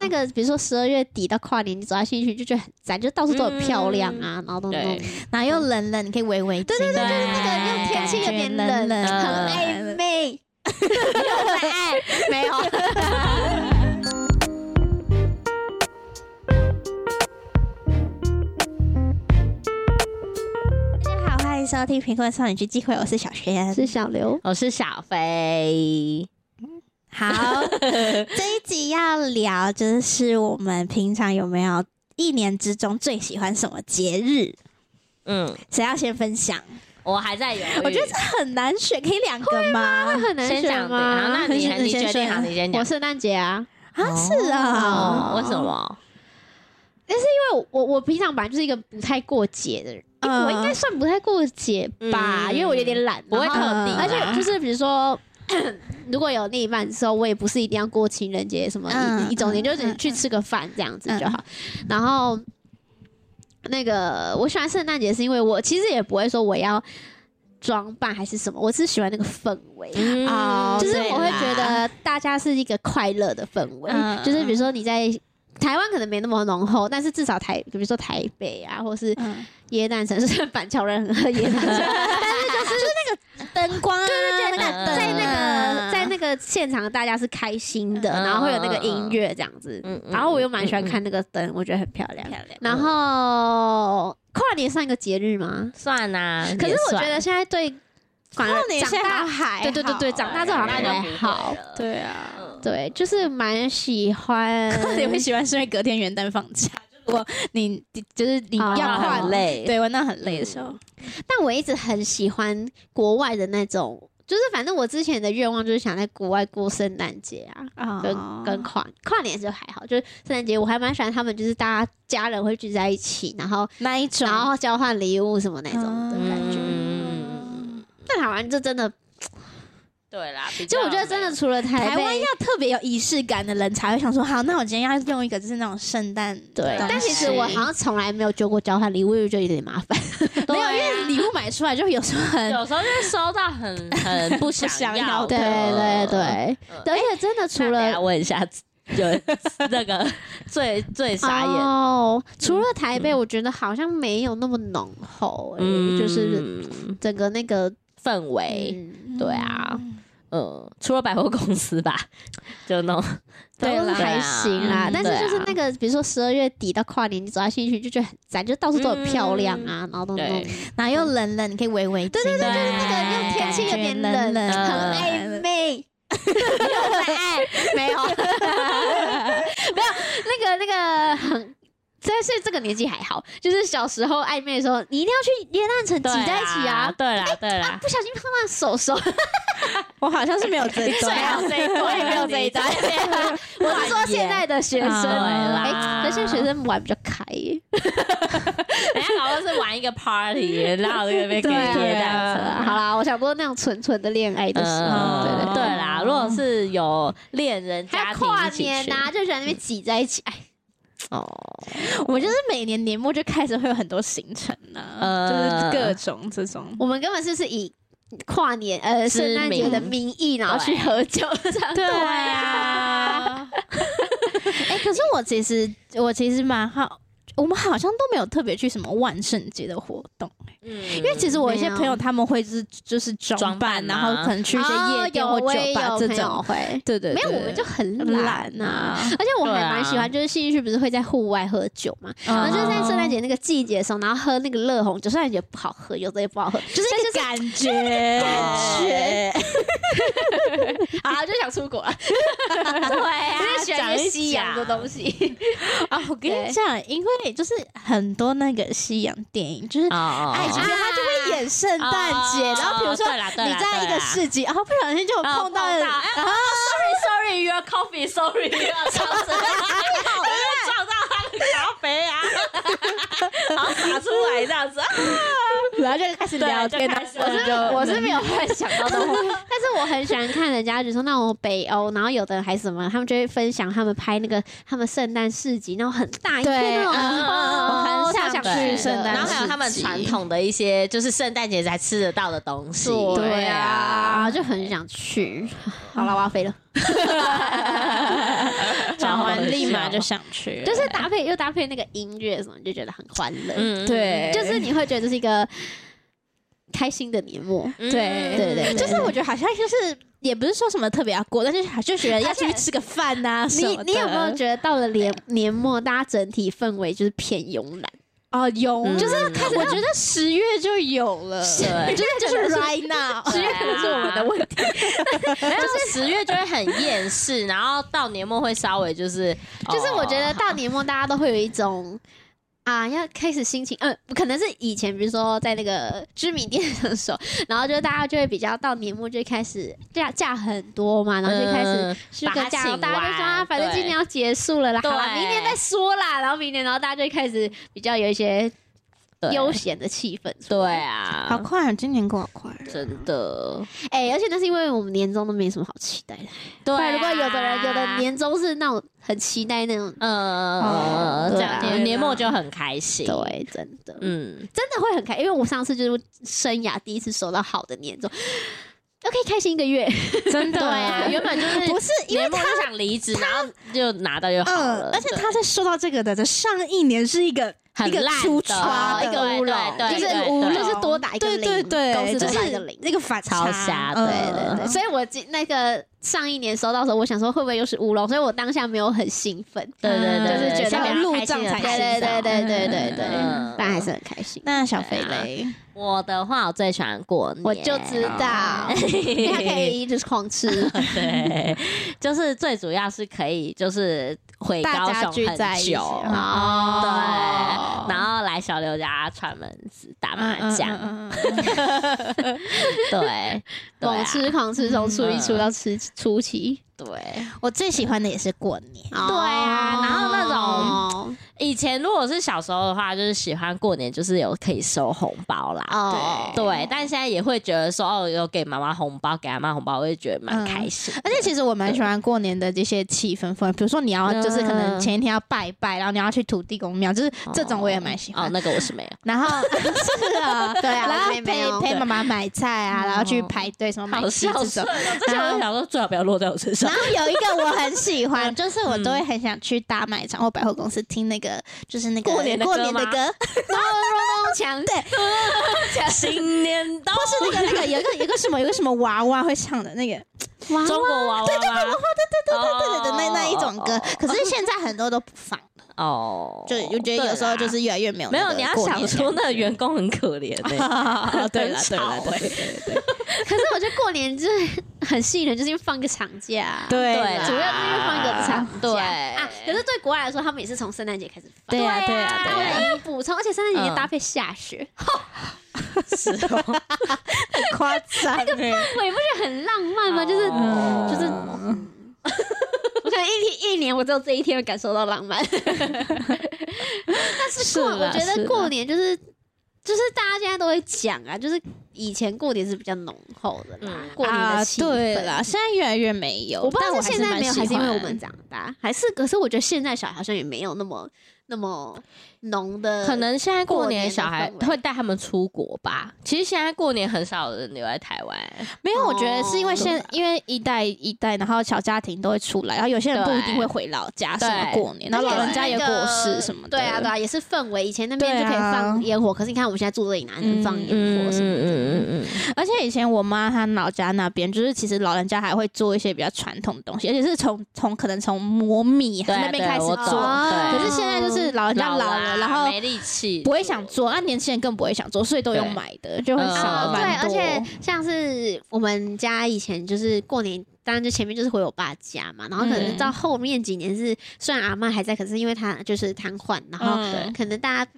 那个比如说十二月底到跨年，你走在信义区就觉得很赞，就到处都很漂亮嗯啊，然后都那种对，然后又冷冷，你可以围围巾，对对对就是那个又天气有点冷冷，很暧 昧，又在爱，没有。大家好，欢迎收听《贫困少女去聚会》，我是小轩。是小刘，我是小飞，好， 这一集要聊就是我们平常有没有一年之中最喜欢什么节日？嗯，谁要先分享？我还在犹豫，我觉得这很难选，可以两个吗？很难先选讲吗？好，那你先你先决定好，选你先我讲。圣诞节啊，啊，是啊哦，，为什？么？因为我我平常本来就是一个不太过节的人，因嗯为我应该算不太过节吧，嗯因为我有点懒，不会然特后地嗯啦，而啊且就是比如说。 如果有另一半的时候，我也不是一定要过情人节什么一、嗯一周年，嗯就是嗯去吃个饭这样子嗯就好。然后那个我喜欢圣诞节，是因为我其实也不会说我要装扮还是什么，我是喜欢那个氛围。啊嗯哦就是对我会啦觉得大家是一个快乐的氛围，嗯就是比如说你在台湾可能没那么浓厚，但是至少台，比如说台北啊，或是嗯，椰蛋城， 虽然板桥人很喝椰蛋城，灯光啊，嗯对对对，那那个在灯那啊个在那个现场大家是开心的，嗯然后会有那个音乐这样子，嗯嗯嗯然后我又蛮喜欢看那个灯，我觉得很漂亮。漂亮。然后跨年算一个节日吗？算啊，可是也我算觉得现在对反而跨年长现在大还对对对对，好啊长大之后好像那还就不会好。了，对啊，。嗯对，就是蛮喜欢你会喜欢是因为隔天元旦放假，就如果你就是你要哦跨很累对，玩到很累的时候， 但我一直很喜欢国外的那种，就是反正我之前的愿望就是想在国外过圣诞节啊，哦啊跟、跟跨跨年就还好，就是圣诞节我还蛮喜欢他们，就是大家家人会聚在一起，然后那一种然后交换礼物什么那种的感觉。嗯，但台湾就真的，对啦，比就较我觉得真的没除了台台湾北。要特别有仪式感的人才会想说，好，那我今天要用一个就是那种圣诞的对，东西但其实我好像从来没有揪过交换礼物，因为就有点麻烦。没有，因为礼物买出来就有时 候很有时候就是收到很很不想要要对对对，哎嗯而且真的除那等了下问一下，有 那个最最傻眼，哦，除了台北，我觉得好像没有那么浓厚、欸，嗯就是整个那个氛围，嗯，对啊，嗯，除了百货公司吧， 就那种都对啦还行对啦啊。但是就是那个，比如说十二月底到跨年，你走在信义区就觉得很赞，就到处都很漂亮啊，然后都那种对，然后又冷冷，你可以围围巾，对对对就是那个又天气有点冷，冷很嗯暧昧。又 在爱，没有，没有，啊那个那个很。但是这个年纪还好，就是小时候暧昧的时候，你一定要去椰蛋城对挤在一起啊，对啦对啊 啦，，不小心碰到手手， 我好像是没有这 啊一最好段，这一关没有这一段啊你这样我是说现在的学生，嗯对啦哎、可是现在学生玩比较开耶，人家搞的是玩一个 party，然后那边给你贴这样子啊啊好啦，我想说那种纯纯的恋爱的时候，嗯对对对对，对啦，如果是有恋人还家有庭跨一起年啊去呐、就喜欢那边挤在一起，哎，哦，我就是每年年末就开始会有很多行程啊，呃就是各种这种。我们根本就是以跨年呃之圣名诞节的名义，然后去喝酒，这样对啊， 哎、可是我其实我其实蛮好，我们好像都没有特别去什么万圣节的活动，嗯，因因为其实我有一些没有朋友他们会是就是装装扮，扮然啊后可能去一些夜店或哦有我酒也吧有这朋友种，会，对对没对，有我们就很懒懒呐、啊， 而且我还对啊蛮喜欢，就是信义区不是会在户外喝酒嘛，然后嗯就是在圣诞节那个季节的时候，然后喝那个热红酒，虽然觉得不好喝，有的也不 好喝，就是一个感觉，觉啊，就想出国了，对啊因为喜欢讲一些一西洋的讲东西。啊！我跟你讲，因为就是很多那个西洋电影，就是哦，爱情片，它就会演圣诞节，哦然后比如说对啦对你啦在一对个啦市集，然后不小心就有哦碰到哎哦，sorry sorry your coffee sorry your 超市，撞到他的咖啡 啊，然后洒出来这样子，然啊后就开始聊天，啊对就开始然后我是我是没有幻想到 那种， 但是我很喜欢看人家，比如说那种北欧，然后有的人还什么，他们就会分享他们拍那个他们圣诞市集，那种很大一片那种，对嗯哦我很想超去的圣诞然后还有他们传统的一些，就是圣诞节才吃得到的东西。对 啊，就很想去。好了，我要飞了。超讲完立马就想，想去 了，就是搭配又搭配那个音乐什么，就觉得很欢乐。嗯对，就是你会觉得这是一个开心的年 末。嗯对对对就是我觉得好像就是也不是说什么特别要过，但是就觉得要出去吃个饭呐、啊、什你么的你有没有觉得到了年年末，大家整体氛围就是偏慵懒？哦有，嗯就是开始我觉得十月就有了，对就是就是 right now，十月可能是我们的问题，没有十月就会很厌世，然后到年末会稍微就是，就是我觉得哦到年末，大家都会有一种。啊，要开始心情，嗯，可能是以前，比如说在那个知名电商的时候，然后就大家就会比较到年末就会开始假假很多嘛，然后就开始嗯休个把它假，请然后大家就说啊，完反正今年要结束了啦，好啦，对明年再说啦，然后明年，然后大家就会开始比较有一些对悠闲的气氛出对来。啊，好快，今年过好快，真的，哎、而且那是因为我们年终都没什么好期待的。对不啊、然如果有的人有的年终是那种很期待那种，呃，哦这对样啊年年末就很开心，，对，真的，嗯，真的会很开，因为我上次就是生涯第一次收到好的年终，都可以开心一个月。真对啊，原本就是不是因为年末就想离职，然后就拿到就好嗯了，而且对他在说到这个的的上一年是一个很一个烂的出差哦一个对乌龙对就对是对乌对龙就是多打一个对零，对对，公司就多打一个是零。那个反超差，瞎嗯对对对，所以我今那个上一年收到的时候，我想说会不会又是乌龙，所以我当下没有很兴奋，对对对，就是觉得想要入开心账的才开对对心对对对对对嗯，但还是很开心。那小肥对啊雷，我的话，我最喜欢过年，我就知道， 因为它可以一直狂吃， 对，就是最主要是可以就是回大高家聚雄在一很起久，哦对，然后来小刘家串门子打麻将，嗯嗯嗯嗯嗯对，对啊嗯猛吃狂吃，从初一初到初初七，对。我最喜欢的也是过年，啊然后那种哦以前如果是小时候的话，就是喜欢过年，就是有可以收红包啦。哦，对，但现在也会觉得说，哦，有给妈妈红包，给阿妈红包，我也觉得蛮开心的。而且其实我蛮喜欢过年的这些气氛氛围，比如说你要嗯就是可能前一天要拜拜，然后你要去土地公庙，就是这种我也蛮喜哦欢。，那个我是没有。然 后 是啊，对啊然我后也没陪有陪妈妈买菜啊，嗯然后去排队什么买好吃孝这顺种。哦！之前我就想说，最好不要落在我身上然。后有一个我很喜嗯欢，就是我都会很想去大卖场或百货公司听那个，就是那个过年的歌过年的吗 哦歌，超强，对，新年到，或是那个那个有一个有一个什么有一个什么娃娃会唱的那个，哇中国娃娃，对中国娃娃，对对对对对，那哦那一种歌。可是现在很多都不放，哦，就我觉得有时候就是越来越没有没那有，个你要过年想说那个员工很可怜呢。啊 对了，对了，很吵对欸对对对可是我觉得过年就是很吸引人，就是因为放个长假， 对啦主要是因为放一个长假，对啊。可是对国外来说，他们也是从圣诞节开始放，对啊对然啊对后啊因为要补充，而且圣诞节嗯搭配下雪，是哦，夸张欸，你不觉得很浪漫吗？就是哦就是。嗯我想一天一年，我只有这一天会感受到浪漫。但是过，是我啦觉是得啦过年就是就是大家现在都会讲啊，就是以前过年是比较浓厚的啦，嗯过年的气氛。啊对啦，现在越来越没有，我不知但道我是现在没有，还是因为我蛮们喜长大，还是可是我觉得现在小孩好像也没有那么那么浓的，可能现在过年小过孩年的氛围会带他们出国吧。其实现在过年很少人留在台湾，欢没有，我觉得是因哦为现因为一代一代，然后小家庭都会出来，然后有些人不一定会回老家对什么过年，然后而且老人家也那过个世什么的，对啊，对啊，也是氛围。以前那边就可以对啊放烟火，可是你看我们现在住这里哪能放烟火什么的？嗯嗯嗯，而且以前我妈她老家那边，就是其实老人家还会做一些比较传统的东西，而且是从从可能从磨米啊对那边开始我懂做。对可是现在就是老人家老啦了，然后没力气，不会想做，那年轻人更不会想做，所以都对用买的，就很嗯少了哦，蛮对，多。而且像是我们家以前就是过年，当然就前面就是回我爸家嘛，然后可能嗯到后面几年是虽然阿妈还在，可是因为她就是瘫痪，嗯然后对可能大家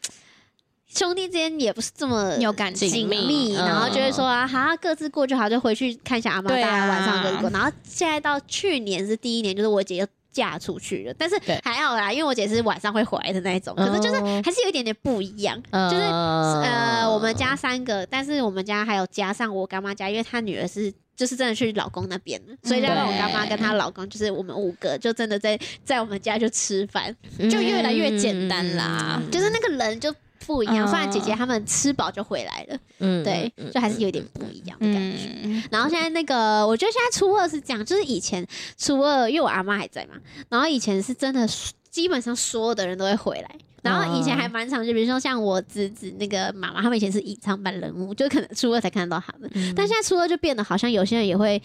兄弟之间也不是这么有感情紧密密，嗯然后就会说啊，好，各自过就好，就回去看一下阿妈，大对啊家晚上各自过。然后现在到去年是第一年，就是我姐又嫁出去了，但是对还好啦，因为我姐是晚上会回来的那一种，可是就是嗯还是有一点点不一样，哦就是呃，我们家三个，但是我们家还有加上我干妈家，因为她女儿是就是真的去老公那边了，所嗯以加上我干妈跟她老公，就是我们五个就真的在在我们家就吃饭，就越来越简单啦嗯就是那个人就不一样。嗯虽然姐姐他们吃饱就回来了，嗯对，就还是有点不一样的感觉。嗯，然后现在那个，我觉得现在初二是这样，就是以前初二，因为我阿妈还在嘛，然后以前是真的基本上所有的人都会回来。然后以前还蛮常，就比如说像我侄子那个妈妈，他们以前是隐藏版人物，就可能初二才看得到他们。嗯但现在初二就变得好像有些人也会，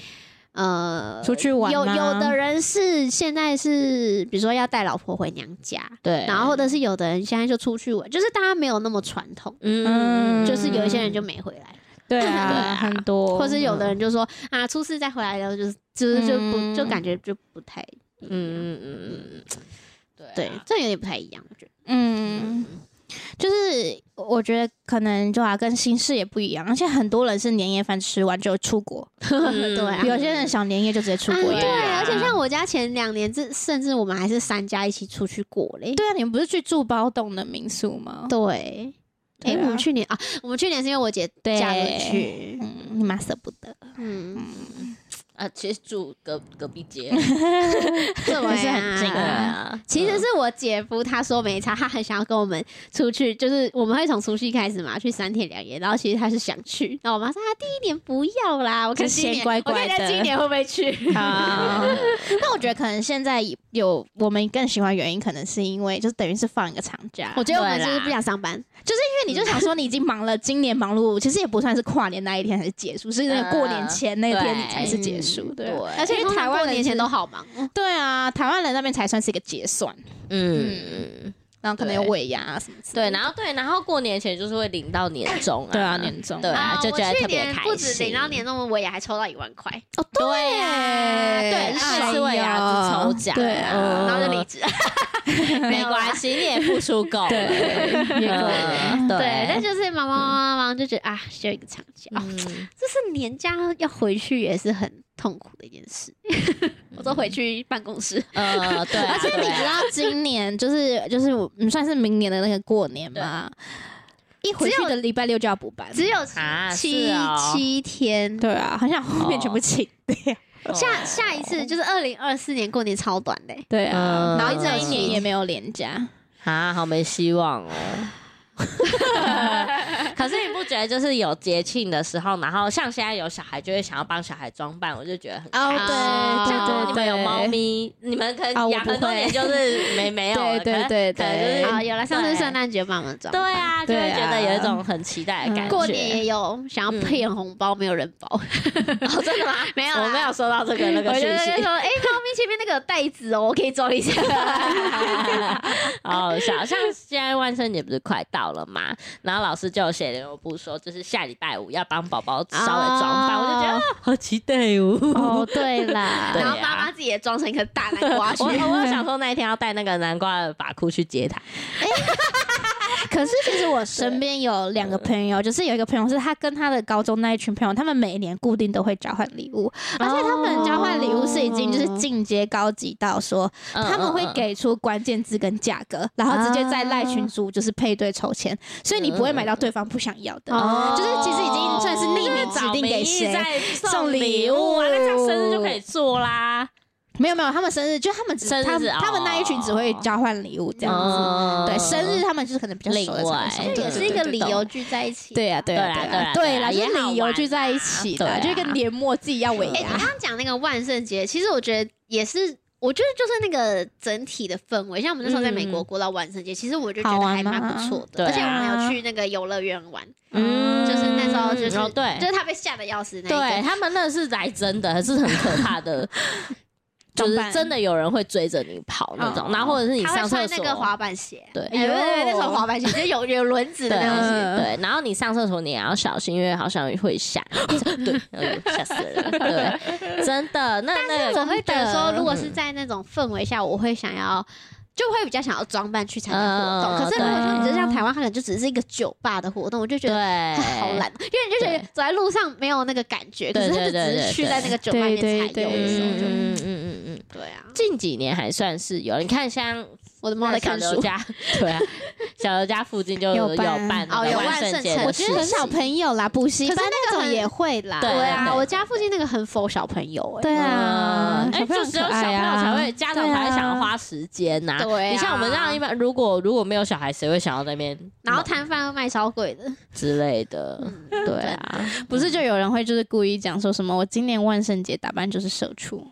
呃，出去玩啊有吗有的人是现在是，比如说要带老婆回娘家，对然后或者是有的人现在就出去玩，就是大家没有那么传统，嗯就是有一些人就没回来，对对啊，啊很多，或是有的人就说啊，初四再回来，然后就是就是就不、哦嗯就感觉就不太嗯嗯嗯嗯嗯，对啊，这有点不太一样，我觉得。嗯，就是我觉得可能对啊，跟形式也不一样，而且很多人是年夜饭吃完就出国，嗯对啊有些人想年夜就直接出啊国也耶。对，有啊而且像我家前两年，这甚至我们还是三家一起出去过嘞。对啊，你们不是去住包栋的民宿吗？对，哎、对啊我们去年啊，我们去年是因为我姐对嫁人去，嗯，你妈舍不得，嗯，啊，其实住隔隔壁街，这我也是很近对啊，其实是我姐夫，他说没差，他很想要跟我们出去，就是我们会从除夕开始嘛，去三天两夜。然后其实他是想去，然后我妈说啊，第一年不要啦，我看就先今年，乖乖我看的他今年会不会去。 好，但我觉得可能现在有我们更喜欢原因，可能是因为就是等于是放一个长假， 我觉得我们对啦就是不想上班，因为你就想说你已经忙了，今年忙碌，其实也不算是跨年那一天才是结束，是那个过年前那天对才是结束，嗯嗯对啊。对，而且因为通常台湾过人年前是都好忙哦。对啊，台湾人那边才算是一个结算，嗯，然后可能有尾牙啊什么之类对，的。然后对，然后过年前就是会领到年终啊，对啊，年终对啊，就觉得我去特别年开不止心领。到年终，我也还抽到一万块，哦，对啊，对，哎那是为牙齿抽奖，对啊嗯然后就离职。没关系，你也付出够 了，对，也够了。嗯 对，对，但就是忙忙忙忙忙，就觉得啊，休一个长假。哦嗯这是年假要回去也是很痛苦的一件事， 我都回去办公室。呃，对啊，而且你知对啊道今年就是就是我们算是明年的那个过年嘛，一回去的礼拜六就要补班，只有啊七、是哦七天。对啊，好像后面全部请掉。哦下下一次就是二零二四年过年超短嘞、对啊，嗯然后这一年也没有连假，啊，好没希望 哦。可是你不觉得就是有节庆的时候，然后像现在有小孩就会想要帮小孩装扮，我就觉得很哦对像对你们有猫咪，你们可啊能我养不很多会年就是没没有了，对对对可能可能对就是啊，有了，上次对圣诞节帮我们装，对啊，就嗯对会觉得有一啊种很期待的感觉。过年也有想要配红包，没有人包，哦，真的吗？ 没有啦 我没有收到这个那我个就讯就息 说，，哎、猫咪前面那个有袋子哦，我可以装一下。啊好好笑。像现在万圣节不是快到了嘛，然后老师就有写联络簿说，就是下礼拜五要帮宝宝稍微装扮，哦我就觉得啊好期待 哦。 哦，对啦对然啊后妈妈自己也装成一颗大南瓜去我。我有想说那一天要带那个南瓜的发箍去接他，哎可是其实我身边有两个朋友，就是有一个朋友是他跟他的高中那一群朋友，他们每年固定都会交换礼物，而嗯且他们交换礼物是已经哦就是进阶高级到说嗯他们会给出关键字跟价格，然后直接啊在赖群组就是配对抽签，所以你不会买到对方不想要嗯的。哦啊就是其实已经算哦是匿名指定给谁送送礼礼物物啊，那这样生日就可以做啦。没有没有，他们生日就他们只生日他是哦他们那一群只会交换礼物这样子。哦对，生日他们就是可能比较熟的才会送，另外对也是一个理。对对对由对聚在一起。对呀、对呀、呀、对对啊啦，啦就对啦也是好理由聚在一起玩的，啊就跟年末自己要啊尾哎、牙 你刚刚讲那个万圣节，其实我觉得也是，我觉得就是那个整体的氛围，像我们那时候在美国嗯过到万圣节，其实我就好觉得玩还蛮吗不错的，对而且我们还啊有去那个游乐园玩，嗯就是那时候就是、哦对就是他被吓得要死那一对个。他们那是来真的，是很可怕 的，就是真的有人会追着你跑那种，嗯然后或者是你他上会厕穿那所，个滑板鞋，对哎，对对对那时候滑板鞋就是有有轮子对的那种鞋。嗯对，然后你上厕所你也要小心，因为好像 会吓，对，哎呦吓死人，对，真的，那那但是个我会觉得真说，的如果是在那种氛围下，我会想要。就会比较想要装扮去参加活动，嗯可是如果说你就对像台湾，它可能就只是一个酒吧的活动，我就觉对得 好懒，因为你就觉得对走在路上没有那个感觉，可对是他就对对只是去对在那个酒吧里面对踩油对的时候，嗯就嗯嗯嗯嗯。对啊，近几年还算是有，你看像我的猫在小看刘书。家， 对啊，小刘家附近就有有办办哦那个有万万圣圣节节的我我觉觉得事情，得很小朋友啦，补习可班是那那个种很也会啦，对啊，对我家附近那个很否小朋友哎、对啊嗯，哎，小朋友就很只有可小爱朋友啊才会，家长对才会想要啊花时间呐。对啊你像我们这样一般，如果如果没有小孩，谁会想要在那边然后嗯摊贩又卖超贵的，之类的？ 对啊，不是就有人会就是故意讲说什么我今年万圣节打扮就是社畜，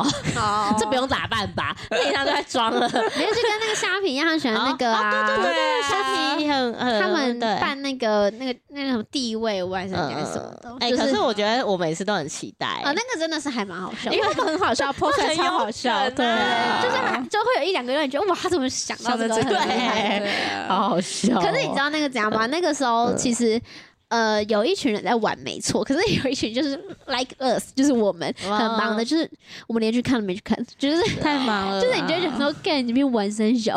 哦这不用打扮吧？ 啊平常都在装啊了。没有就跟那个虾皮一样，很喜欢那个啊，对对对虾皮。很很他们对办那个那个那个什么地位万圣节还是什么的，哎、就可是我觉得我每次都很期待、啊，那个真的是还蛮好笑的，因为很好 笑，po 出来超好笑，很有梗对啊啊，就是还就会有一两个人觉得哇，他怎么想到想这得个这很个厉害对啊好好笑哦、可是你知道那个怎样嗯吗？那个时候其实。呃，有一群人在玩，没错。可是有一群就是 like us，就是我们很哇忙的，就是我们连去看都没去看，就是太忙了啦，就是你就会想说，干你们玩三小。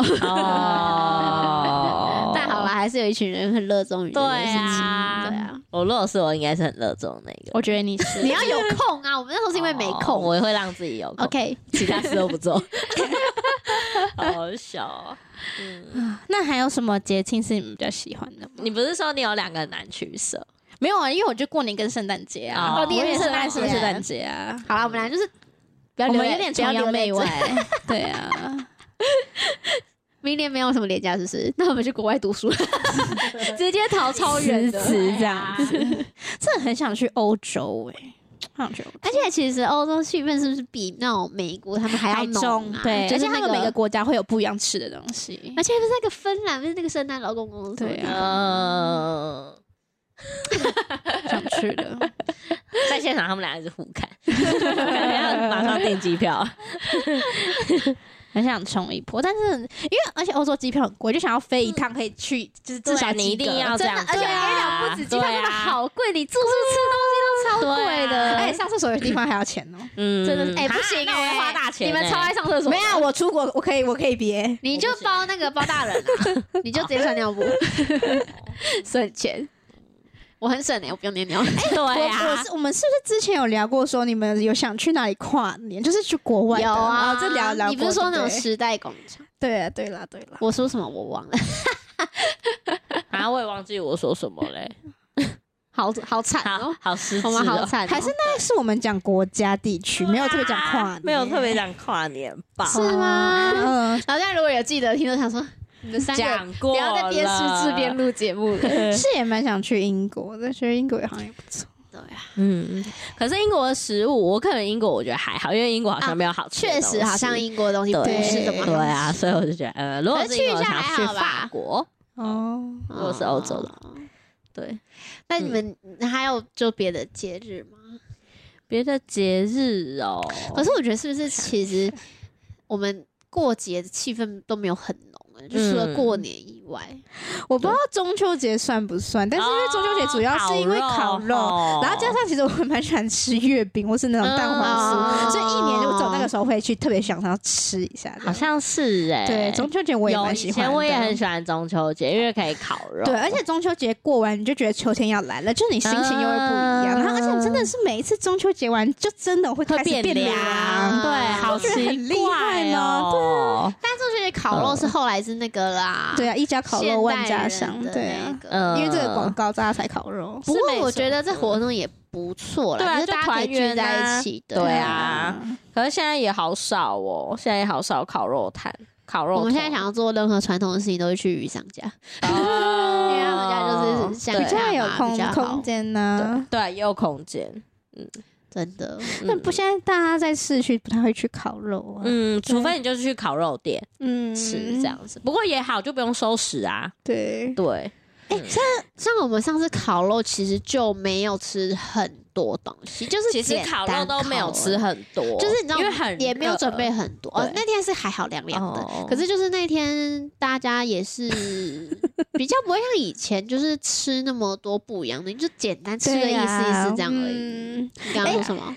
哦但好啦，，还是有一群人很热衷于这对件事情。啊，对啊，我如果是我，应该是很热衷那个。我觉得你是你要有空啊！我们那时候是因为没哦空。我也会让自己有空 OK，其他事都 不做，好好笑、哦。 那还有什么节庆是你们比较喜欢的吗？你不是说你有两个很难取舍？没有啊，因为我就过年跟圣诞节啊，哦我也是圣诞是节圣诞节啊，好啦，我们俩就是不要我留们在有点不要崇洋留在媚这外，对啊， 明年没有什么廉价，是不是？那我们去国外读书， 直接逃超远辞 的。辞这样子， 真的很想去欧洲哎，好想去欧洲而且其实欧洲气氛是不是比那种美国他们还要浓啊？对，就而是且那他们每个，国家会有不一样吃的东 西而。且不是那个芬兰，不是那个圣诞老公公什么的对啊嗯，想去的，在现场他们俩一直互看， 感觉要马上订机票。很想冲一波，但是因为而且欧洲机票很贵，就想要飞一趟可以去，就是至少对啊你几一个定要这真样的，子，而且对啊跟你讲，不止机票对那啊么好贵，你住宿吃东西都超贵对的。啊而且哎上厕所的地方还要钱哦。嗯哎真的是哎不行那我哎会花大钱你欸，们超爱上厕所，没有，啊我出国我可以，我可以别。你就包那个包大人啊， 你就直接穿尿布，省钱。我很省哎、我不用尿尿。对我啊我呀，是我们是不是之前有聊过说你们有想去哪里跨年，就是去国外的？有啊，哦这聊聊过。你不是说那种对不对时代广场？对啊，对啦，对啦。我说什么我忘了，啊，我也忘记我说什么嘞，好好惨好哦、好失我职们好哦，惨、还是那是我们讲国家地区，没有特别讲跨年，啊没有特别讲跨年吧？是吗？嗯，然后大家如果有记得的听众想说，你们三个人讲过不了，要再边失智边录节目了。是也蛮想去英国的，觉得英国好像也不错。 对啊，嗯，可是英国的食物，我可能英国我觉得还好，因为英国好像没有好吃的啊确东西，实好像英国的东西不对是怎么对好啊，所以我就觉得，呃，如果可是是去英国一下想要还好去吧法国，哦，如果是欧洲的哦对，那你们还有就别的节日吗？别的节日哦，可是我觉得是不是其实我们过节的气氛都没有很浓、欸，就除了过年以外，我不知道中秋节算不算，但是因为中秋节主要是因为烤肉，哦然后加上其实我蛮喜欢吃月饼或是那种蛋黄酥，嗯所以一年我走那个时候会去特别想要吃一下这样。好像是哎，对中秋节我也有蛮以喜欢前的，我也很喜欢中秋节，因为可以烤肉。对，而且中秋节过完，你就觉得秋天要来了，就是你心情又会不一样。嗯然后，而且真的是每一次中秋节完，就真的会会开始变变凉，凉。对，好觉得很奇厉害怪哦。但是我觉得烤肉是后来是那个啦，对啊，一家烤现代肉万家人香，的对那啊，个嗯啊因为这个广告大家才烤肉。不是过没错我觉得这活动也不错啦，对啊就是大家可以就团圆聚在啊一起的。对啊，可是现在也好少哦，现在也好少烤肉摊、烤肉我桶。们现在想要做任何传统的事情，都会去鱼商家，哦，因为他们家就是乡对啊比较下有嘛比空较好空间呢。嗯对也有空间，真的。那不现在大家在市区不太会去烤肉啊。嗯，除非你就是去烤肉店嗯，吃这样子，不过也好，就不用收拾啊。对。对，像我们上次烤肉，其实就没有吃很多东西，就是其实简烤肉单都没有烤吃而已很多，就是你知道因为很也没有热准备很多。哦对，那天是还好凉凉的，哦可是就是那天大家也是比较不会像以前，就是吃那么多不一样的，你就简单吃个对意思意啊思这样而已。嗯你刚刚说什么？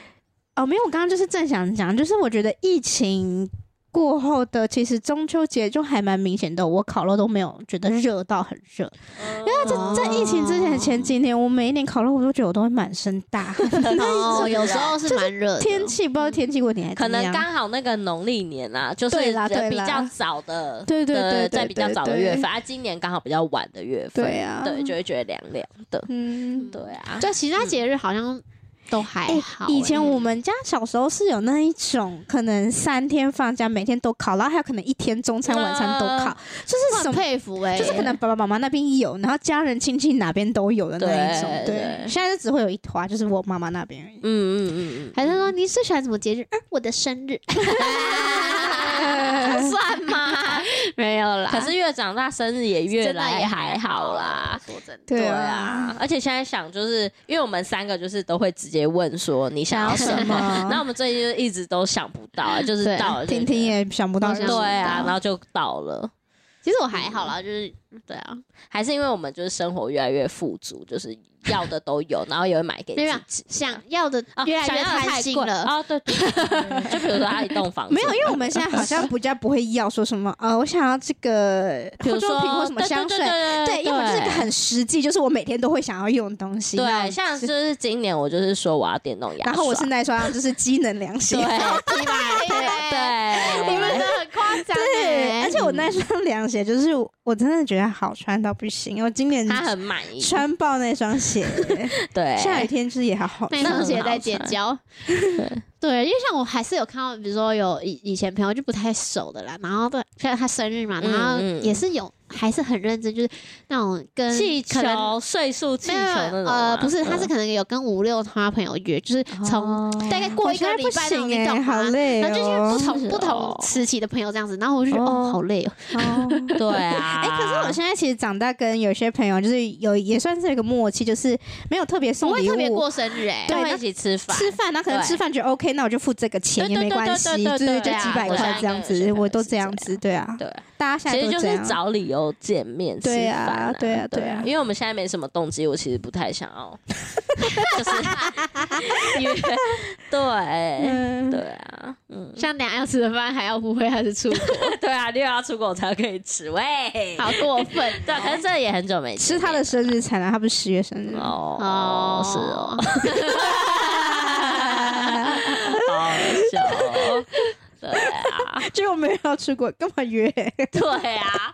哦，没有，我刚刚就是正想讲，就是我觉得疫情过后的，其实中秋节就还蛮明显的，我烤肉都没有觉得热到很热。因因为这在疫情之前前几年，我每一年烤肉我都觉得我都会满身大 汗，哎哦，有时候是蛮热的，天气不知道天气问题还可怎么能样刚好那个农历年啊，就是对啦对啦比较早的，呃对对对对在比较早的对月份，啊，今年刚好比较晚的月份，对啊，对，就会觉得凉凉的，嗯。对啊，对其他节日好像都还哎好欸。以前我们家小时候是有那一种，可能三天放假，每天都烤，然后还有可能一天中餐、晚餐都啊烤，就是什很么，佩服哎，就是可能爸爸妈妈那边有，然后家人亲戚哪边都有的那一种。对对对，现在就只会有一团，就是我妈妈那边而已。嗯嗯嗯还是说你最喜欢什么节日？嗯，我的生日。不算吗？没有啦嗯，可是越长大生日也越真的来也还好啦，，说真的。对啊，，而且现在想，就是因为我们三个就是都会直接问说你想要什啊 什么，么？那我们最近就一直都想不到，就是对到了就婷婷也想不到好什像对么，啊，然后就到了。其实我还好啦，就是对啊，还是因为我们就是生活越来越富足，就是要的都有，然后也会买给没有自己。想要的啊越来想越要的太贪心贵了。啊！对，对对就比如说他一栋房子，没有，因为我们现在好像比较不会要说什么，呃，我想要这个比化如说妆品或什么香水，对对，因为这个很实际，就是我每天都会想要用的东西。那对，像就是今年我就是说我要电动牙刷，然后我是那一双就是机能凉鞋， 对对吧对，你们真的很夸张 对，欸，而且我那双凉鞋就是我真的觉得好穿到不行，我今年他很满意，穿爆那双鞋，对， 下雨天就是也好好那穿。啊双鞋在结交。对，因为像我还是有看到，比如说有以以前朋友就不太熟的啦，然后对，像他生日嘛，嗯然后嗯也是有，还是很认真，就是那种跟气可能球、岁数气没球有那种吗嗯呃，不是，他是可能有跟五六他朋友约，就是从大概过哦我一现个在礼不拜那种，行你哎，懂好吗？累那就是因为哦不。同是不哦同时期的朋友这样子，然后我就觉得哦哦，好累哦。哦对啊。 哎、可是我现在其实长大，跟有些朋友就是有也算是一个默契，就是没有特别不送会礼物，特别过生日哎，对都会那一起吃饭，吃饭，那可能对吃饭觉得 OK，那我就付这个钱对也对没对关对系，对就对是对就对几啊我百块现这样在跟有子些，朋我友都是这样这子，对啊，对，大家现其在实都就这是样找理由见面吃对啊饭啊，对啊对对啊因为我们现在没什么动机，我其实不太想 要，就是约，对嗯，对啊，嗯，像等一下要吃的饭还要不会还是出国， 对啊，六要出国我才可以吃喂，好过分对啊，可是这也很久没吃他的生日餐啊，他不是十月生日， 哦，是哦，，好好笑哦，对啊，结果没有要出国，干嘛约？ 对啊，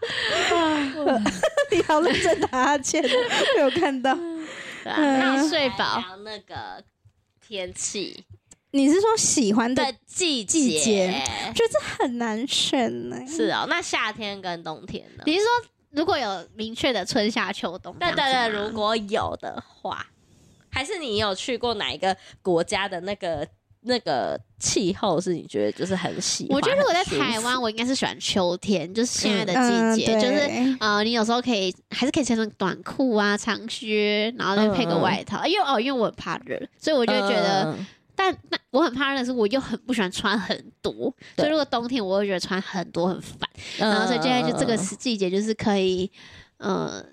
你好认真打哈欠，没有看 到。对啊嗯那睡来饱聊那个天气你是说喜欢的的？季季节节很难选呢、是哦，那夏天跟冬天呢？你是说如果有明确的春夏秋冬这对样子吗，对对，如果有的话，还是你有去过哪一个国家的那个那个气候是你觉得就是很喜欢？我觉得如果在很舒服台湾，我应该是喜欢秋天，就是现在的季节，嗯就是对呃，你有时候可以还是可以穿成短裤啊、长靴，然后再配个外套。因为哦，因为我很怕热，所以我就会觉得，嗯但那我很怕热，但是我又很不喜欢穿很多，对所以如果冬天我会觉得穿很多很烦。嗯然后所以现在就这个嗯嗯嗯时季节就是可以，呃，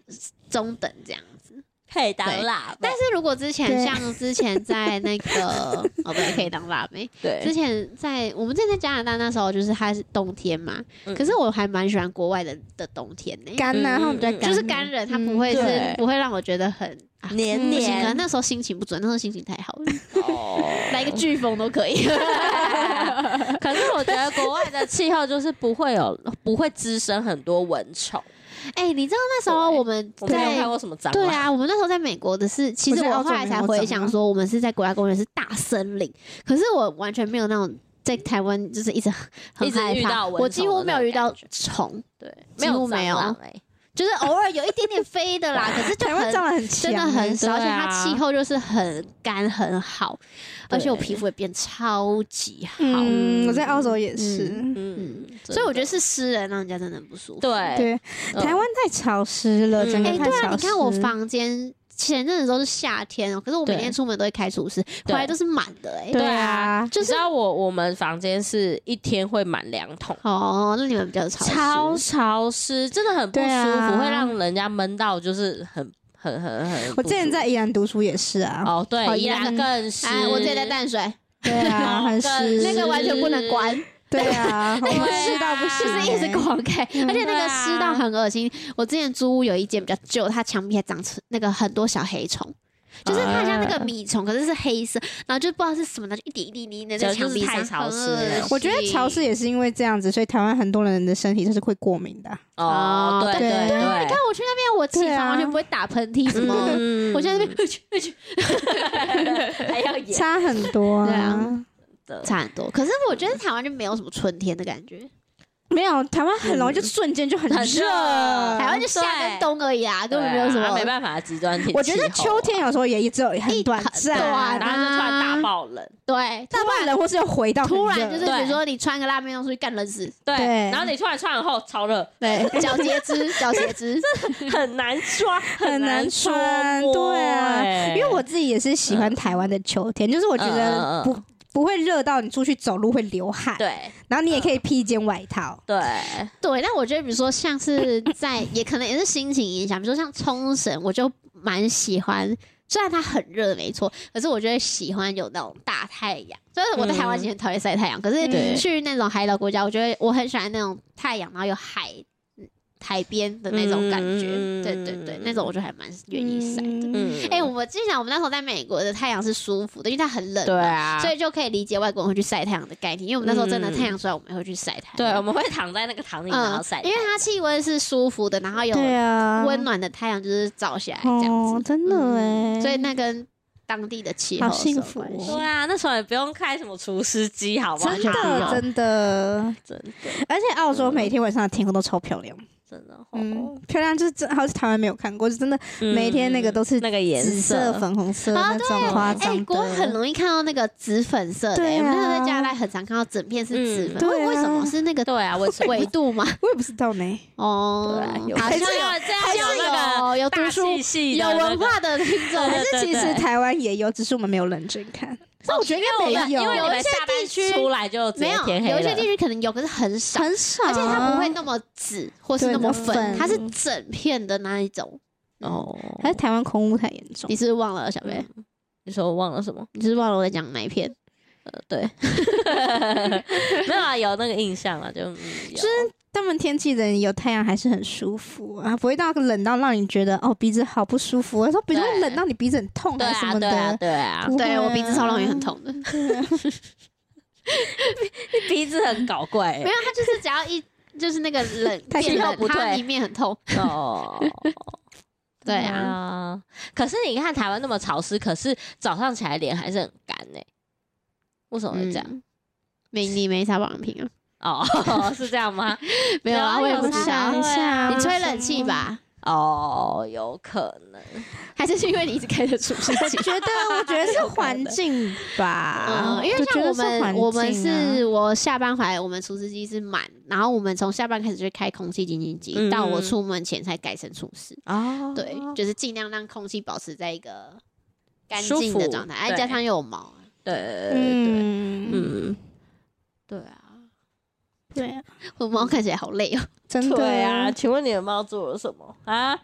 中等这样子。可以当辣，但是如果之前对像之前在那 个哦，不对，可以当辣妹。之对，前在我们之前在加拿大那时候，就是它是冬天嘛，嗯可是我还蛮喜欢国外的的冬天呢、干呐、嗯啊，他们比较嗯嗯干、就是干人，他不会是、对不会让我觉得很啊黏不行可能黏那时候心情不准，那时候心情太好了，哦来一个飓风都可以。 可是我觉得国外的气候就是不会有， 不会滋生很多蚊虫。哎、你知道那时候对我们我没有在看过什么蟑螂。对啊，我们那时候在美国的是，其实我在我澳洲后来没才有回长想大说，我们是在国家公园是大森林，可是我完全没有那种。在台湾就是一直很很一直害遇怕，到蚊我几虫乎的没那有种遇感到觉虫，对，几乎没有蟑螂欸就是偶尔有一点点飞的啦，可是就台湾很蟑螂真的很强欸、很少，而且对它啊气候就是很干很好，而且我对皮肤也变超级好，嗯，我在澳洲也是。嗯，所以我觉得是是湿人让人家真的很不舒服。哎对对，嗯台湾太潮湿了，嗯整个哎太对啊，潮你湿。看我房间前阵子都是夏天哦，可是我每对天出门都会开除湿，回来都是满的哎、对啊，你知道我我们房间是一天会满两桶，哦，那你们比较潮湿超潮湿，真的很不舒对啊服，会让人家闷到就是很很很很。我之前在宜兰读书也是啊，哦，对哦，宜宜兰兰更湿哎，，我自己在淡水，对啊，很哦湿，对那个完全不能关， 对啊，我们吃到不就行是欸，一直狂盖，嗯而且对那个啊湿到很恶心。我之前租屋有一间比较旧，它墙壁还长成那个很多小黑虫。就是它很像那个米虫，可是是黑色，然后就不知道是什么的，就一滴一滴滴的在就是墙壁上。太潮湿了很恶心我觉得潮湿也是因为这样子，所以台湾很多人的身体就是会过敏的啊。哦，对对对对啊，你看我去那边，我起对床啊完全不会打喷嚏什么。嗯我现在那边 还要演差很多对啊啊。的，差很多，可是我觉得台湾就没有什么春天的感觉，没有，台湾很嗯容易就瞬间就很很热热。嗯台湾就夏跟冬而已啊，根本没有什对啊么。没办法，极端天气候。啊我觉得秋天有时候也也只有很短暂，啊啊短啊然后就突然大爆冷，对，大半人或是又回到很热突然就是比对如说你穿个辣妹装出去干冷死，对对，然后你突然穿了后超热，对，脚截肢，脚截肢，很难抓， 很难穿，捉摸对啊，欸因为我自己也是嗯喜欢台湾的秋天，就是我觉得嗯嗯嗯不不会热到你出去走路会流汗，对然后你也嗯可以披一件外套，对嗯对，但我觉得，比如说像是在，也可能也是心情影响。比如说像冲绳，我就蛮喜欢，虽然它很热没错，可是我就会喜欢有那种大太阳。虽然我在台湾嗯其实很讨厌晒太阳，可是对去那种海岛国家，我觉得我很喜欢那种太阳，然后有海嗯海边的那种感觉。嗯对对对，那种我就还蛮愿意晒的。嗯哎、我们之前我们那时候在美国的太阳是舒服的，因为它很冷嘛，对啊，嗯所以就可以理解外国人会去晒太阳的概念。因为我们那时候真的太阳出来，我们也会去晒太阳。对我们会躺在那个嗯躺椅然后晒太因阳，为它气温是舒服的，然后有对啊，温暖的太阳就是照下来这样哦，子，真的嗯哎，所以那跟当地的气候好幸是有福关系哦对啊，那时候也不用开什么除湿机，好不好？真的真真的，真的而且澳洲每天晚上的天空都超漂亮，真的，哦嗯，漂亮就是真，好像台湾没有看过，是真的嗯每天那个都是那个颜紫色、粉红色啊那种夸哎、张国外很的，容易看到那个紫粉色的、对啊我们那时候在加拿大很常看到整片是紫粉，嗯为对啊为什么是那个对啊，我是纬度 吗？我也不知道呢，哦，啊有好还像是有有这样有那个有有读大书气系有的那文个化的听 众，对但是其实台湾也有，只是我们没有认真看。那我觉得因为我应该们没因为你有们一些下班地区出来就直没接有，天黑有一些地了。区可能有，可是很少。很少啊而且它不会那么紫，或是对那么那粉，粉它是整片的那一种。哦，还是台湾空污太严重你。是不是忘了小贝？你说我忘了 什么？你是不是忘了我在讲哪一片？呃，对，没有啊，有那个印象啊，就嗯，就是他们天气冷，有太阳还是很舒服啊，不会到冷到让你觉得哦鼻子好不舒服，说比如对冷到你鼻子很痛对还是什啊，么对啊，的。对啊，不会对啊我鼻子超容易很。痛的， 没啊 鼻子很搞怪欸有，它就是只要一就是那个 冷太变气候冷不它对里面很痛。哦。 对啊，啊，可是你看台湾那么潮湿，可是早上起来脸还是很干呢、为什么会这样？嗯没你没擦保养品啊？哦， 是这样吗？没有啊，有我也有不擦知想道一。下，你吹冷气吧？哦，有可能。还是是因为你一直开着除湿机 我？觉得，我觉得是环境吧嗯，，因为就觉像得我是环们，境啊我们是我下班回来，我们除湿机是满，然后我们从下班开始就开空气清新机，嗯到我出门前才改成除湿。哦对，就是尽量让空气保持在一个干净舒的服状态，哎，对加上又有毛啊，对对对，嗯，嗯，对啊，对啊，我猫看起来好累 哦。真的对啊。。请问你的猫做了什么 啊？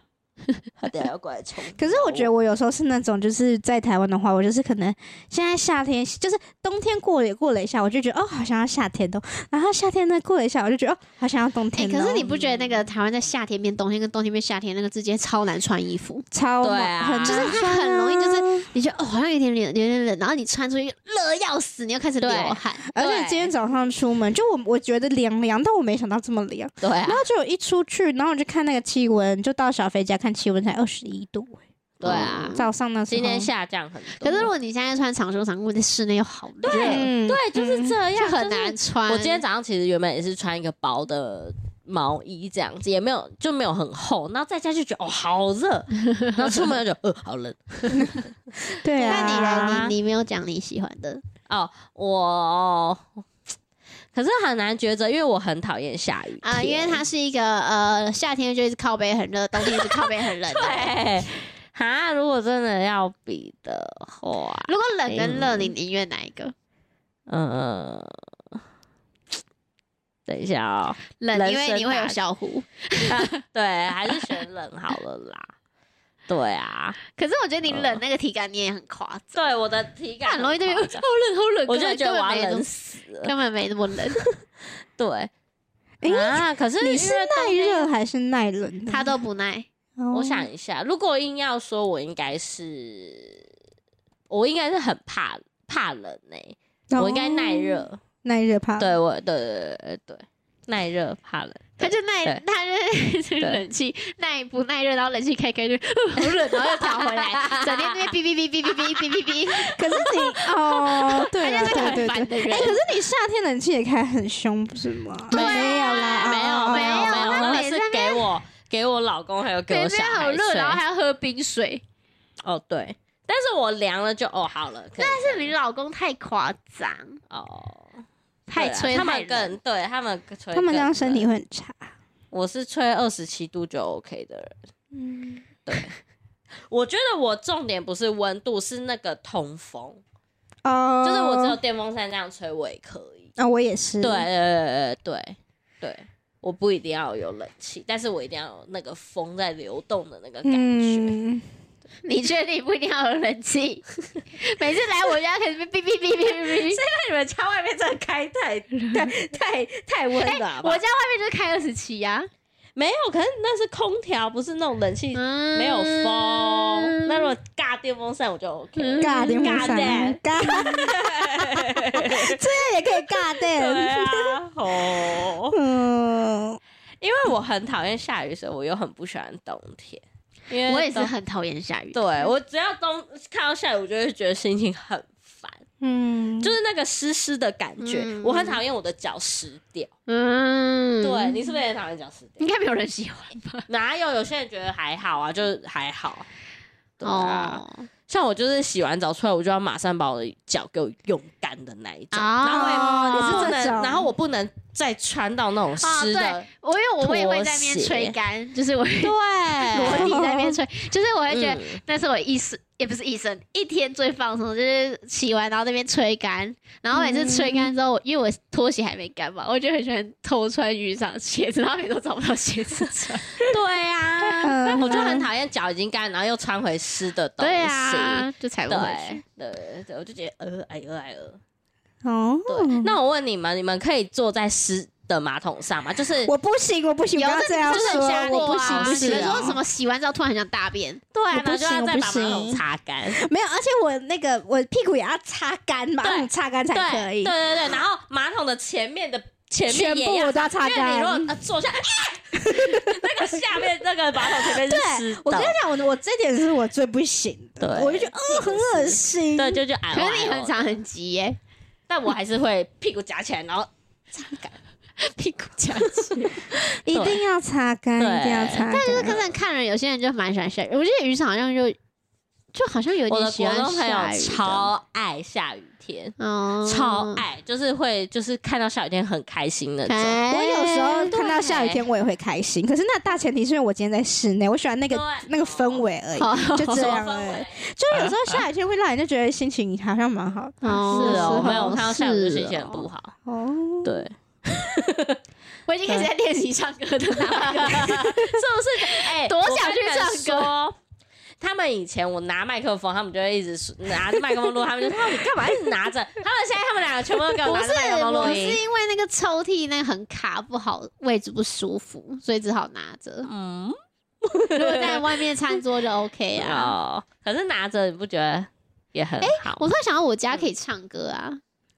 它等下要过来冲。可是我觉得我有时候是那种，就是在台湾的话，我就是可能现在夏天，就是冬天过了也过了一下，我就觉得哦，好想要夏天哦。然后夏天呢过了一下，我就觉得哦，好想要冬哎，天哦。可是你不觉得那个台湾在夏天变冬天，跟冬天变夏天那个之间超难穿衣服？超对啊很就是它难很容易就是穿啊你觉得哦，好像有点冷，有点冷，然后你穿出去热要死，你又开始流汗。而且今天早上出门，就我我觉得凉凉，但我没想到这么凉。对啊然，后就我一出去，然后我就看那个气温，就到小肥家看气温才二十一度、对啊。早上那时候今天下降很多，可是如果你现在穿长袖长裤在室内又好热，嗯对，就是这就样，很嗯就是难穿。我今天早上其实原本也是穿一个薄的毛衣这样子，也没有就没有很厚，然后在家就觉得哦好 热，然后出门就觉得呃好冷。对啊，那你呢？你你没有讲你喜欢的，哦，我可是很难抉择，因为我很讨厌下雨啊，因天为它是一个呃，夏天就是靠背很热，冬天是靠背很冷的。 对。哈，如果真的要比的话，如果冷跟热，你宁愿哪一个？嗯，等一下 哦，冷，人因为生你会大有小胡。对，还是选冷好了啦。 对啊，可是我觉得你冷那个体感你也很 夸张，对我的体感很容易就对觉得，嗯好冷好冷， 我就觉得根我要本没那冷么死了。 根本没那么冷， 对，诶啊，可是你因是为耐热还是耐冷的？他都不耐。哦我想一下，如果硬要说，我应该是，我应该是很怕怕冷呢、我应该耐，哦热。耐热怕。对，我对对对对对，耐热怕冷。他就耐，他 就是对冷气耐不耐热，然后冷气开开就 呃好冷，然后又调回 来，整天那边哔哔哔哔哔哔哔哔哔，可是你哦，对他就了，是个对很对烦对。的人哎，可。是你夏天冷气也开很凶，不是吗？对啊没有啦，没有哦没有没有没有，他那个每是次给我给我老公还有给北我边小好孩热，吹。然后还要喝冰 水，哦对，但是我凉了就哦好了，可以但是你老公太夸张，哦太对啊吹他太们冷更对他们吹，他们这样身体，会很差。我是吹二十七度就 OK 的人。嗯，我觉得我重点不是温度，是那个通风，哦，就是我只有电风扇这样吹我也可以。啊，我也是。对对对对对对，我不一定要有冷气，但是我一定要有那个风在流动的那个感觉。嗯，你确定不一定要有冷 气？每次来我家可能哔哔哔哔哔哔，那你们家外面真的开 太太太太温了我家外面就是开二十七呀，哎没有，可是那是空调，不是那种冷气嗯没有风。那如果尬电风扇，我就 OK。嗯尬电风扇啊，尬， 这样也可以尬 对电。啊，哦，嗯， 因为我很讨厌下雨，所以我又很不喜欢冬天。因为我也是冬，很讨厌下雨，对我只要冬看到下雨，我就会觉得心情很烦，嗯，就是那个湿湿的感觉。嗯我很讨厌我的脚湿掉。嗯，对，你是不是也讨厌脚湿应？掉该没有人喜欢哪有？有些人觉得还好啊，就是还好。对啊。哦。像我就是洗完澡出来，我就要马上把我的脚给我用干的那一哦种，然后我也我是真这的，种然后我不能再穿到那种湿的，我因为我也会在那拖边鞋吹干，就是我会裸对体在那边吹，就是我会觉得嗯那是我一生也不是一生一天最放松，就是洗完然后那边吹干，然后每次吹干之后，因为我拖鞋还没干嘛，我就很喜欢偷穿雨伞鞋子，然后每次都找不到鞋子 穿。对啊，嗯我就很讨厌脚已经干，然后又穿回湿的东西，对啊，就踩不回去对。对对，我就觉得呃哎呃哎呃，哦，对。那我问你们，你们可以坐在湿的马桶上吗？就是我不行，我不行，不有要这样这说，你们我不是很行，瞎过不啊行你们哦。说什么洗完之后突然很想大便？对啊，我不然后就要行再我把不马桶行擦干。没有，而且我那个我屁股也要擦干，马对桶擦干才对 可以。对对对，然后马桶的前面的前全面也部要我都要擦因为你如干果。呃坐下， 那个下面那个马桶前面是湿的，我跟你讲，我我这点是我最不行的，对我就觉得呃很恶心。对，就就哦矮可歪。是你很常很急耶，但我还是会屁股夹起来，然后 屁股夹起来。一定要擦干，对一定要擦干。但是可能看人，有些人就蛮喜欢下雨，我记得雨伞好像就就好像有我点的喜国欢中朋下友雨的超爱下雨天，哦嗯超爱，就是会就是看到下雨天很开心那种。哎我有时候看到下雨对天，我也会开心。可是那大前提是因为我今天在室内，我喜欢那个对哦那个氛围而 已，好就这什样欸么氛而已围。就是有时候下雨天会让人家觉得心情好像蛮好的。哦是哦，是没有我看到下雨就心情是很哦不好。哦，对，我已经开始在练习唱歌的啦。是不是？哎、多我想跟去你们唱歌说。他们以前我拿麦克风，他们就会一直说拿着麦克风录，他们就说啊你干嘛一直拿 着？他们现在他们两个全部都给我不拿是着麦克，风 我录是音。因为那个抽屉那个很卡，不好位置不舒服，所以只好拿 着。嗯，如果在外面餐桌就 OK 啊。哦，可是拿着你不觉得也很好？哎我突然想到，我家可以唱歌啊！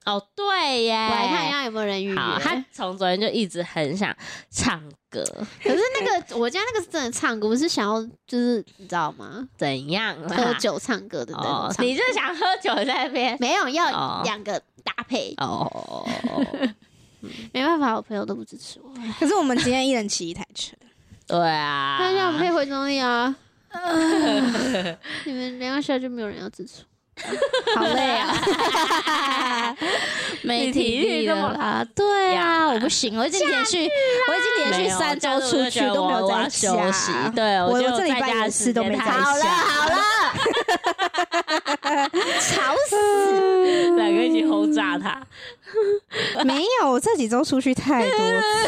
哦，对耶，我来看一下有没有人预约。好，他从昨天就一直很想唱歌， 可是那个我家那个是真的唱歌，我是想要就是你知道吗？怎样啦？喝酒唱歌的那种哦唱，歌。你就想喝酒在那边没有哦要两个搭 配， 哦。没办法，我朋友都不支持我。可是我们今天一人骑一台车，对啊，但是我们可以回中立 啊。你们没有下就没有人要支持我。 好累啊！没你体体力力这的么啦，对啊，我不行，我已经连续，我已经连没续有三假周日我出就去觉得都没有我我在要休家息， 对我就我这礼在拜家有的事时都间没太在少家了，吵死！两个一起轰炸他。没有，我这几周出去太多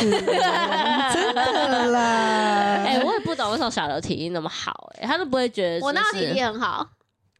次了，真的啦。 哎，我也不懂为什时候小刘体力那么好、欸，他都不会觉得我那就体是力很好，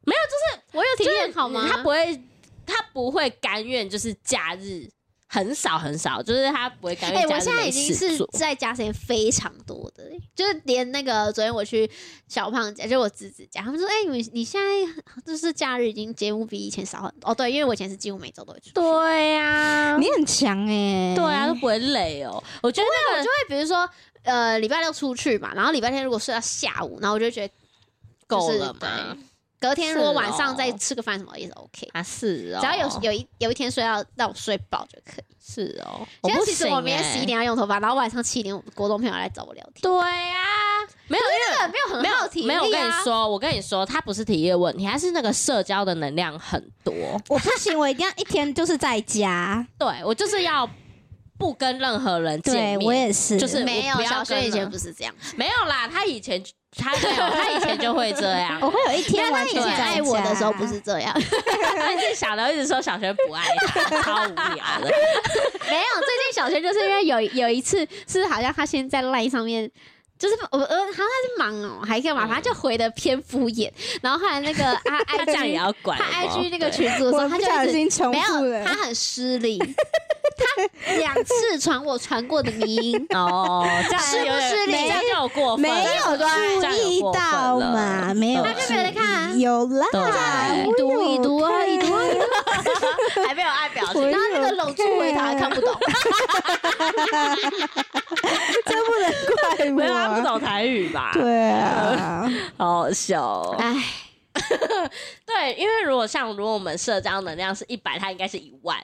没有就是我有体力很好吗？他不会，他不会甘愿就是假日很少很少，就是他不会甘哎、愿假我日现在没已经事是做。在家时间非常多的欸、就是连那个昨天我去小胖家，就我侄子家，他们说：“哎、你你现在就是假日已经节目比以前少很多哦。”对，因为我以前是几乎每周都会出去。对，对呀、啊你很强欸哎、对啊，都不会累哦。我觉得那个比如说呃，礼拜六出去嘛，然后礼拜天如果睡到下午，然后我就觉得够就是了嘛。隔天如果晚上是哦再吃个饭什么也是 OK，、啊，是哦，只要有有一有一天睡到让我睡饱就可以。是哦，我现在不其实行我明天欸十一。点要用头发，然后晚上七点我国中朋友来找我聊天，对啊呀、没有因为没有很没好有体力、啊、没有，我跟你说，我跟你说，他不是体力的问题，他是那个社交的能量很多。我不行，我一定要一天就是在家。对我就是要不跟任何人对见面，我也是，就是我没有不，要小跟学以前了不是这样。没有啦，他以前他没有，他以前就会这 样。我会有一天完以全前在家。爱我的时候不是 这样，但是小刘一直说小学不爱 他，超无聊的。没有。最近小学就是因为有有一次是好像他先在 line 上面。就是我呃，好像他是忙哦，还干嘛？嗯反正就回的偏敷衍。然后后来那 个啊他这样也，IG 要管他有没有 IG 那个对群组的时候，我他不就小一直心重没复有，了他。很失礼。 他两次传我传过的迷 音，哦，这样是不有点是这样就有过分，没有这样注意有过分到了嘛？没有对注他意，就没得看啊有啦，对我读一有读啊，看 一读啊，一读啊 还没有按表我情。然后那个拢住回头还看不懂，这不能 怪没有，啊他不我。啊懂台语 吧？，对啊，好好笑哦。唉， 对，因为如果像如果我们社交能量是一百，他应该是一万。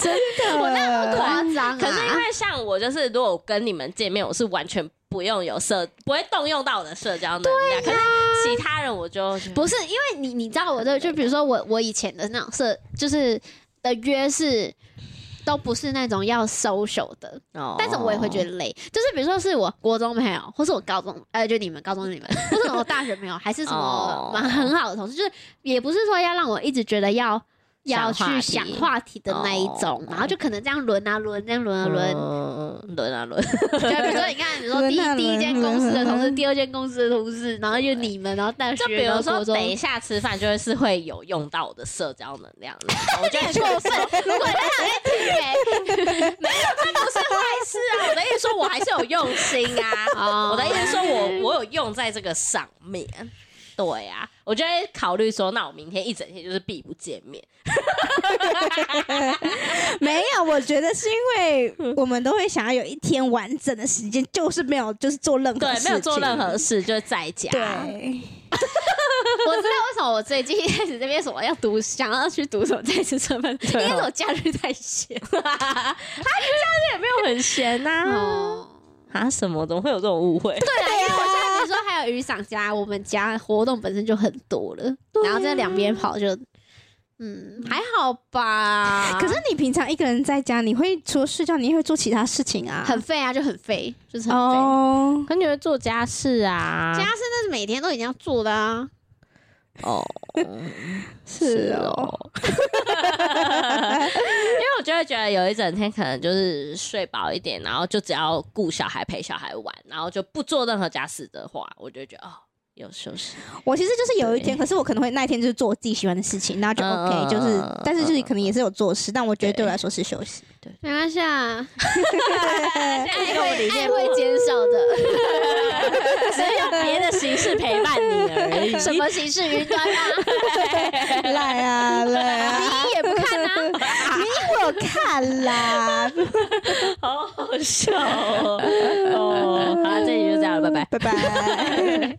真的，我那么夸张啊！可是因为像我，就是如果我跟你们见面，我是完全不用有社，不会动用到我的社交能量。可是其他人我就觉得不是因为你，你知道我的，就比如说我我以前的那种社，就是的约是。都不是那种要 social 的，哦但是我也会觉得累。就是比如说是我国中朋友，或是我高中，呃，就你们高中你们，或是我大学朋友，还是什么哦蛮很好的同事，就是也不是说要让我一直觉得要要想话去题想话题的那一种，哦然后就可能这样轮啊轮，这样轮啊轮，轮轮啊轮，就比如说，你看，你说第轮啊一第一轮间公司的同事，第二间公司的同事，然后就你们，然后大学，啊就比然如后说国中等一下吃饭，就会是会有用到我的社交能量 的。我觉得过分，如果他还在听哎，不是坏事啊！我的意思说，我还是有用心 啊。我我的意思说我我有用在这个上面。对啊，我就会考虑说，那我明天一整天就是必不见面。 没有，我觉得是因 为我们都会想要有一天完整的时间，就是没有，就是做任何对，没有做事情任何事，啊就是在家。对，我知道为什么我最近一开始这边说我要读，想要去读什么在职成分，因对哦为我假日太闲也没有很闲呐。哦。啊，什么？怎么会有这种误会？对啊，因为我现在比如说还有雨伞家，我们家活动本身就很多了，然后在两边跑就，嗯，还好吧。可是你平常一个人在家，你会除了睡觉，你也会做其他事情啊，很废啊，就很废，就是很废。哦，可你会做家事啊家事那是每天都一定要做的啊。哦， 是哦，。因为我就会觉得有一整天可能就是睡饱一点，然后就只要顾小孩、陪小孩玩，然后就不做任何家事的话，我就会觉得哦，有休息。我其实就是有一天，对可是我可能会那一天就是做我自己喜欢的事情，然后就嗯 OK，就是嗯，但是就是可能也是有做事，但我觉得对我来说是休 息。没关系啊，爱爱会爱会减少的，只是用别的形式陪伴你而已。 什么形式云端啊？来啊来 啊！你也 不看啊？我看啦，好好笑哦！哦好，这里就这样了，拜拜拜。拜。